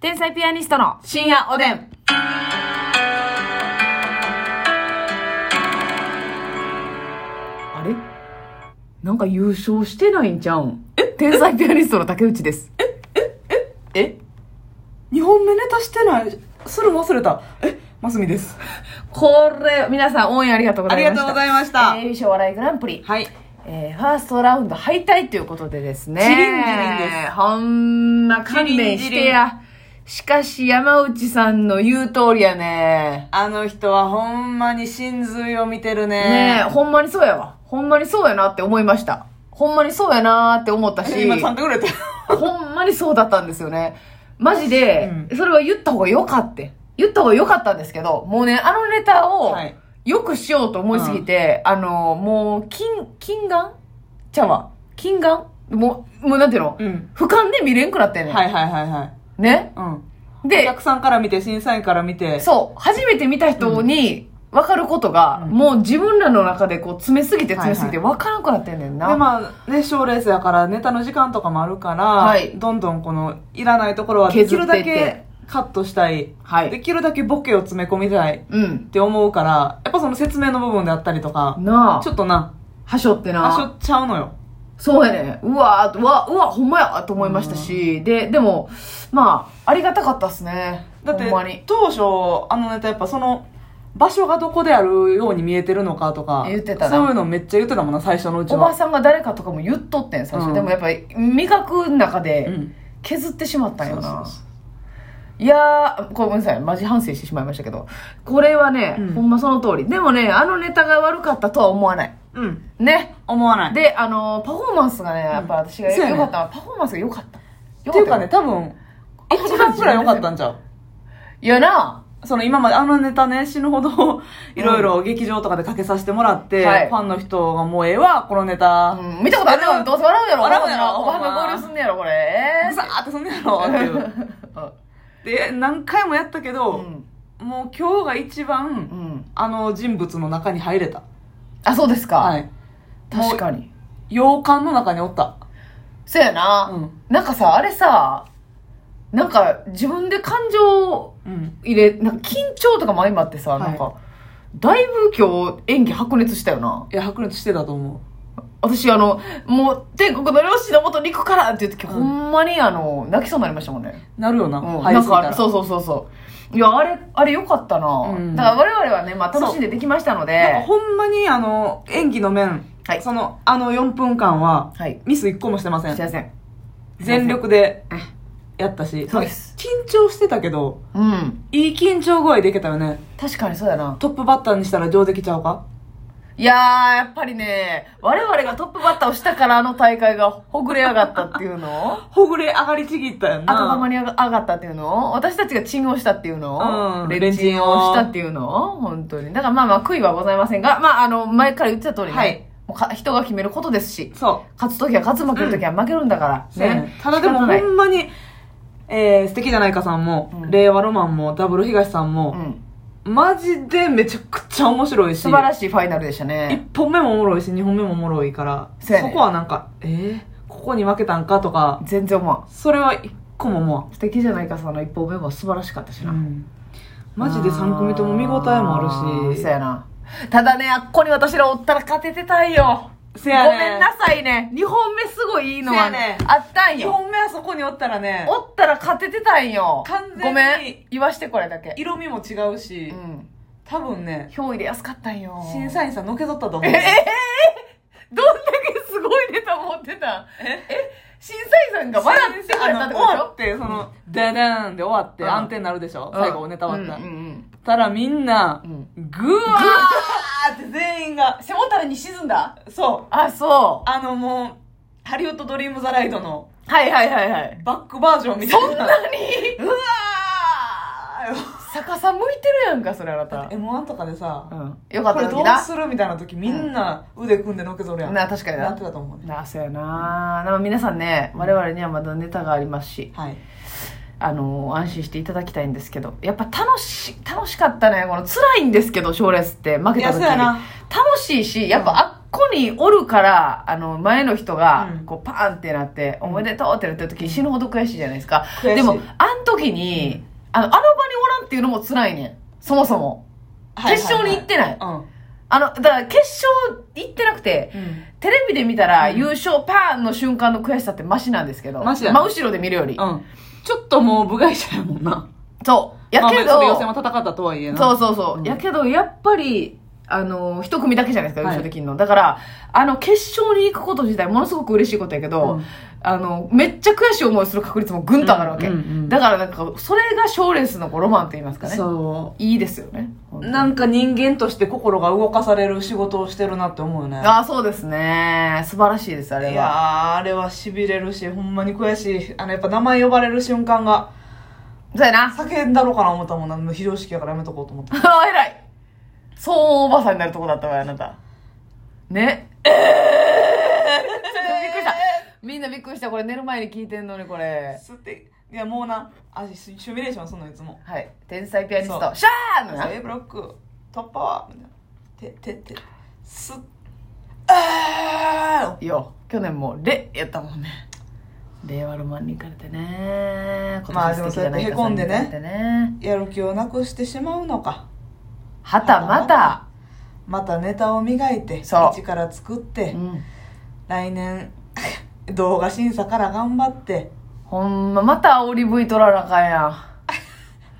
天才ピアニストの深夜おでん。あれなんか優勝してないんちゃうん天才ピアニストの竹内ですえ二本目ネタしてない。する忘れた。え、ますみです。これ皆さん応援ありがとうございましたありがとうございましたえー、優勝笑いグランプリ、はい。えー、ファーストラウンド敗退ということでですね。チリンジリンですほんま勘弁してや。しかし山内さんの言う通りやね。あの人はほんまに真髄を見てるねね。え、ほんまにそうやわ。ほんまにそうやなって思いました。ほんまにそうやなって思ったし、今3回ぐらいやった。ほんまにそうだったんですよね。マジで、うそれは言った方がよかって。言った方がよかったんですけど、もうね、あのネタをはいよくしようと思いすぎて、あの、もう、金、金眼ちゃうわ。金眼もう、もうなんていうの、うん。俯瞰で見れんくなってんねん。はいはいはいはい。ね。うん。おで、客さんから見て、審査員から見て。そう、初めて見た人に分かることが、うんもう自分らの中でこう詰めすぎて詰めすぎて分からんくなってんねんな。でまあね、賞レースやからネタの時間とかもあるから、はいどんどんこのいらないところはで削きってるいってだけカットしたい、はでい。きるだけボケを詰め込みたいっうん。て思うから、やっぱその説明の部分であったりとか、なあ、ちょっとな、はしょってな。あしょっちゃうのよ。そうやね。うわーうわ、うわ、ほんまやと思いましたし、で、でも、まあ、ありがたかったっすね。だっほんまにて。当初あのネタやっぱその場所がどこであるように見えてるのかとか言ってたなそういうのめっちゃ言ってたもんな最初のうちおばはさんが誰かとかも言っとってん、最初。うんでもやっぱり、味覚の中うでん削ってしまったんよな。そうそうそういやー、ごめんなさい。マジ反省してしまいましたけど。これはね、うんほんまその通り。でもね、あのネタが悪かったとは思わない。うんね。思わないっで、あのーパフォーマンスがね、やっぱ私がそうやね良かったのは、パフォーマンスが良かった。良てかいっうかたねよ。多分1月ぐらい良かったんちゃういやなその今まであのネタね死ぬほどいろいろ劇場とかでかけさせてもらって、はいファンの人がもうええわこのネタ、うん、見たことあるよ。どうせ笑うやろ。笑うやろおばはんが合流すんねやろ、これ。えーさーってそんなやろっていうで何回もやったけうど、ん。もう今日が一番、うん。あの人物の中に入れたあ、そうですか。はい確かに。洋館の中におったそうやな、うんなんかさ、あれさ、なんか自分で感情うん入れ、なんか緊張とかも相まってさ、はいなんか、だいぶ今日演技白熱したよな。いや白熱してたと思私あの、もう天国の両親のもとに行くからって言って、うんほんまにあの、泣きそうになりましたもんね。うなるよな、うん、入りなすんぎたかあられそうそうそうそう。いや、あれ、あれ良かったな、うんだから我々はね、まあ楽しんでできましたのだからで、ほんまにあの演技の面、はいそのあの4分間ははい。ミス1個もしてませすいんません。全力でやったしそうです緊張してたけどうん。いい緊張具合でいけたよね確かにそうやな。トップバッターにしたら上出来ちゃうかいやー、やっぱりね、我々がトップバッターをしたからあの大会がほぐれ上がったっていう のほぐれ上がりちぎったよな赤釜に上がったっていうの私たちがチンをしたっていうの、うんレンチンをしたっていうの本当に。だからまあまあ悔いはございませんが、まああの、前から言ってた通りね、はいもうか人が決めることですし、そ勝つときは勝つ、負けるときは負けるんだから、う、ねね。ただでも仕方ないほんまに、えー、素敵じゃないかさんも、うん令和ロマンもダブル東さんうも、ん。マジでめちゃくちゃ面白いし素晴らしいファイナルでした一ね。本目もおもろいし二本目もおもろいからそ,、そうやねこはなんかえー、ここに負けたんかとか全然思わん。それは一個も思素敵じゃないか、その一歩目も素晴らしかったしわな。ん、マジで3組とも見応えもあるしそうやなただねあっこに私らおったら勝ててたいよせやねごめんなさいね2本目すごいいいのは、せやねあったん2よ本目はそこにおったらねおったら勝ててたんよ完全にごめん言わしてこれだけ色味も違ううし、ん多分ね票入れやすかったんよ審査員さんのけとったと思うえええどんだけすごいネタ持ってたんええ審査員さんが笑ってくれたあってのことでし終わょってその、ダダーンで終わってうん安定になるでしょ、最後おネタ終わった、うんうんうんたらみんな、うんグワーって全員が背もたれに沈んだそうあそうあのもうハリウッドドリームザライドのはいはいはいはいバックバージョンみたそんいな。なにうわ逆さ向いてるやんかそれあなたー M1 とかでさ、うんよかっこたれど時うなするみたいな時みんな腕組んでのけぞるやん。な確かになっなてたと思うね。なあそうやなでも皆さんね我々にはまだネタがありますしはい。あのー安心していただきたいんですけどやっぱ楽し楽しかったねこの辛いんですけど賞レースって負けた時いやそうやな楽しいしやっぱあっこにおるから、あの、前の人がうん、こう、パーンってなって、おめでとうってなってる時、死ぬほど悔しいじゃないですか。悔し いでも、あの時に、あの、あの場におらんっていうのも辛いねん。そもそも。決勝に行ってない。うん。あの、だから決勝行ってなくて、テレビで見たら、うん優勝パーンの瞬間の悔しさってマシなんですけど。マシだね真後ろで見るより。うん。ちょっともう部外者やもんな。そう。やけまあまあそど、れ予選も戦ったとはいえな。そうう。そうそう。んやけど、やっぱり、あの、一組だけじゃないですか、はい優勝できるの。だから、あの、決勝に行くこと自体、ものすごく嬉しいことやけど、うんあの、めっちゃ悔しい思いする確率もぐんと上がるわけ。うんうんうんだから、なんか、それが賞レースのこうロマンと言いますかね。そいいですよね。本う。当になんか人間として心が動かされる仕事をしてるなって思うよね。ああ、そうですね。素晴らしいです、あいれやは。ー、あれは痺れるし、ほんまに悔しい。あの、やっぱ名前呼ばれる瞬間が、そうやな。 叫んだろうかな思ったもんな。もう非常識やからやめとこうと思った。ああ、偉い。騒音おばさんになるとこだったわよ、あなた。ね。えー、ちょっとびっくりした。みんなびっくりした。これ寝る前に聞いてんのに、これ。すって、いやもうな、あ、シシミュレーションすんのいつも。はい。天才ピアニスそト。うシャーのな。 A ブロック、突破は、みたいな。て、て、て、す、あーよ、去年もレやったもんね。令和ロマンに行かれてね。まあでも今年素敵じゃないかそうやってへこんでねさんに行かれてねやる気をなくしてしまうのか。はたまた。またネタを磨いて、そう一から作って、うん。来年、 動画審査から頑張って、ほんま、また煽り V 取らなあかんやん。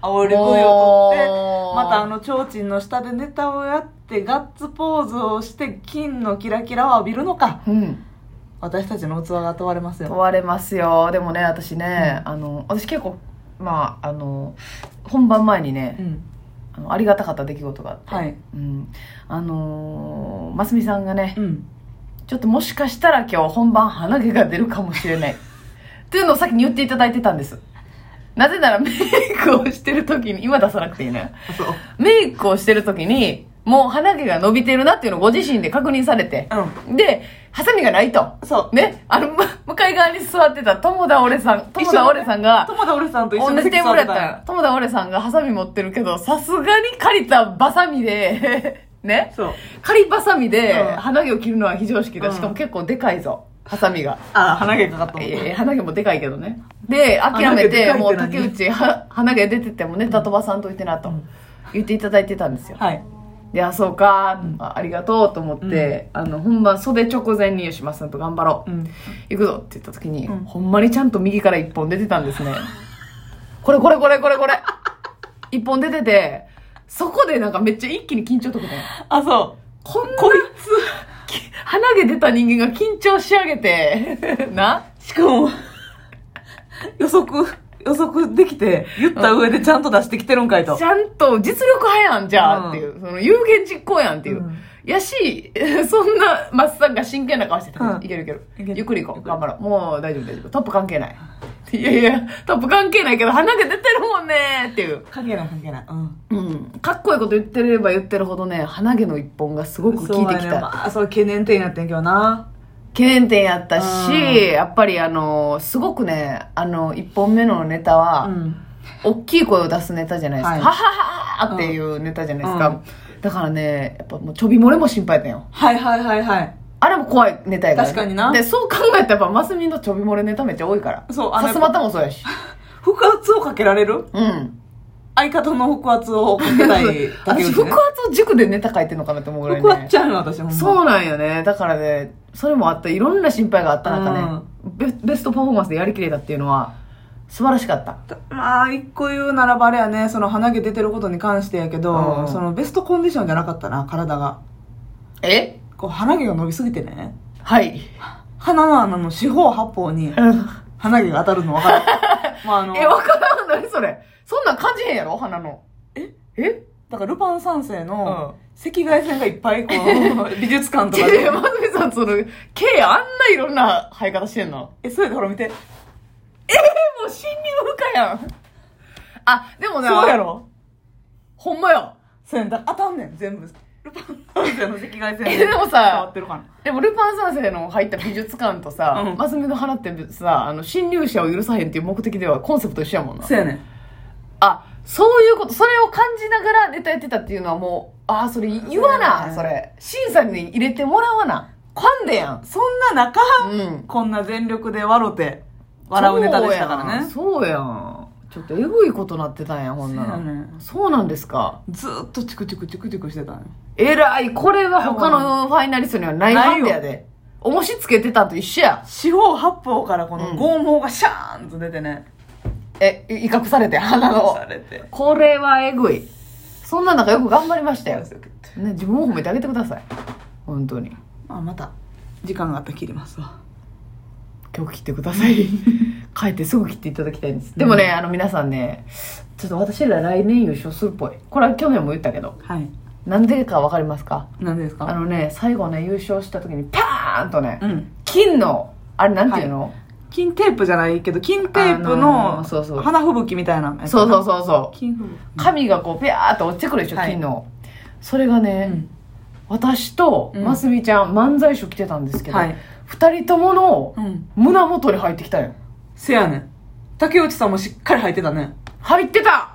煽り声を取ってもうまたあの提灯の下でネタをやってガッツポーズをして金のキラキラを浴びるのかうん。私たちの器が問われます問よわれますよ。でもね、私ね、あの、私結構、まあ、あの、本番前にね、うんあのありがたかった出来事があって。はいうん。あのー、ますみさんがね、うんちょっともしかしたら今日本番鼻毛が出るかもしれない。っていうのを先に言っていただいてたんです。なぜならメイクをしてる時に、今出さなくていいね。そうメイクをしてる時に、もう鼻毛が伸びてるなっていうのをご自身で確認されて。で、ハサミがないと。うんそうね、あの、ま向かい側に座ってた友田オレさん、友田オレさんが、友田オレさんと一緒同にじテー座ブルっやてったんや友田オレさんがハサミ持ってるけど、さすがに借りたバサミで、 ね。そう仮バサミでうん鼻毛を切るのは非常識だ、うんしかも結構でかいぞハサミが、あ鼻毛かかったもんいやいや鼻毛もでかいけどねで諦めて鼻毛でかいって何もう竹内は鼻毛出ててもネタ飛ばさんといてなとうん言っていただいてたんですよ、はいいやそうか、あありがとうと思って、あの本番袖直前に吉松さんと頑張ろう、うん行くぞって言った時に、うんほんまにちゃんと右から一本出てたんですねこれこれこれこれこれ一本出ててそこでなんかめっちゃ一気に緊張とかたよあそこんなうこいき鼻毛出た人間が緊張し上げて、なつしかも予測予測できて言った上でちゃんと出してきてるんかいとちゃんと実力派やんじゃあ、うんっていう。その有言実行やんっていう。うんやし、 そんなマッサンが真剣な顔してた、うんいけるいけるいけ。るゆっくり行こう。頑張ろう。もう大丈夫大丈夫。トップ関係ない。いやいや、トップ関係ないけど鼻毛出てるもんねっていう。関係ない関係ないうんうん。かっこいいこと言ってれば言ってるほどね、鼻毛の一本がすごく効いてきそうやねた。まあそう懸念点やってんけどな懸念点やったし、うんやっぱりあの、すごくね、あの、一本目のネタは、ん大きい声を出すネタじゃないですか。はいははははっていうネタじゃないですか。だからね、やっぱもうちょび漏れも心配だよ。はいはいはいはいあれも怖いネタやから、ね。確かになで、そう考えたらやっぱマスミンのちょび漏れネタめっちゃ多いから。そうあのさすまたもそうやし。腹圧をかけられるうん。相方の腹圧をかけたいだけ私、です腹ね圧を塾でネタ書いてんのかなって思うぐらい、ね。腹圧ちゃうの私ほんまそうなんよね。だからね、それもあった。いろんな心配があった中ね、ベベストパフォーマンスでやりきれたっていうのは、素晴らしかった。まあ一個言うならばあれやねその鼻毛出てることに関してやけど、うんそのベストコンディションじゃなかったな体がえこう鼻毛が伸びすぎてねはい。鼻の穴の四方八方に鼻毛が当たるの分か るまああのえ、わからん。何それ。そんなん感じへんやろ花の。ええだからルパン三世のう赤外線がいっぱいこ う美術館とかえ、でまずみさん、その、毛あんないろんな生え方してんのえそうやでほら見てえもう侵入不可やん。あ、でもな、そうやろほんまや。そうやんだから当たんねん全部ルパン三世の赤外線えでもさ伝わってるかなでも、ルパン三世の入った美術館とさ、うんマスミの花ってさ、あの、侵入者を許さへんっていう目的ではコンセプト一緒やもんな。そうやねんあ、そういうこと、それを感じながらネタやってたっていうのはもう、ああそれ言わなそそうれ審査に入れてもらわなかんでやんそんな中、うんこんな全力で笑って、笑うネタでしたからね。そうやんそうやんちょっとえぐいことなってたんやほんならそうやねそうなんですかずーっとチクチクチクチクしてたね。えらいこれは他のファイナリストにはないハンデやで重しつけてたんと一緒や四方八方からこうんの剛毛がシャーンと出てね。え威嚇されて鼻のされて。これはえぐいそんな中よく頑張りましたよ、ね、自分を褒めてあげてください本当にまあ、また、時間があったら切りますわ。今日切ってくださ い帰ってすぐ切っていただきたいんですでもね、あの皆さんねちょっと私ら来年優勝するっぽいこれは去年も言ったけどはい。なんでかわかりますか何ですあかのね最後ね優勝した時にパーンとね、うん。金のあれなんていうの、金テープじゃないけど、金テープあのーのそうそう花吹雪みたいな。そうそうそうそう金吹雪。髪がこうピャーって落ちてくるでしょ、はい金のそれがね、私とうんますみちゃん、漫才師を着てたんですけど、はい二人とものうん。胸元に入ってきたよせやねん。竹内さんもしっかり入ってたね。入ってた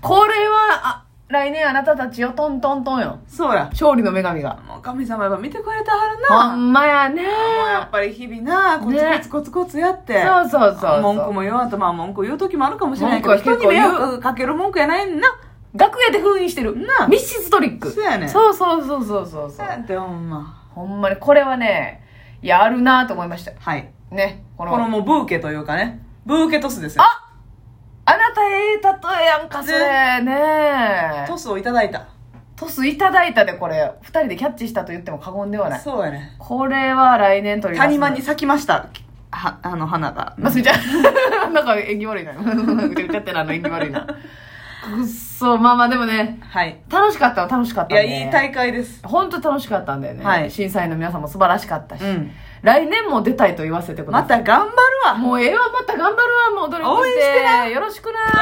これはあ来年あなたたちよトントントンよそうや。勝利の女神がもう神様やっぱ見てくれてはるほな。もんまやねうやっぱり日々な、コツねコツコツコツやって。そうそうそうそう文句も言わんと、まあ文句言う時もあるかもしれないけど、文句は人結に構迷言う惑かける文句やないんな。楽屋で封印してるなあ密室トリックそうやねんそうそうそうそうそうそそううやって、ほんま。ほんまにこれはねやるなと思いましたはい。ねこのこのもうブーケというかね、ブーケトスですよ。ああなたええ例えやんかそれねえトスをいただいた。トスいただいたでこれ2人でキャッチしたと言っても過言ではないそうやね。これは来年取ります谷間に咲きました。は、あの、花が。ますみちゃん なんか縁起悪 いなぐちゃぐちゃってなあの縁起悪いなくっそまあまあでもねはい。楽しかったは楽しかっいたんや、でいい大会です。本当楽しかったんだよね、はい審査員の皆さんも素晴らしかったし、うん。来年も出たいと言わせてくだまさいた頑張るわ。もうええわまた頑張るわもう努力して応援してなよろしくな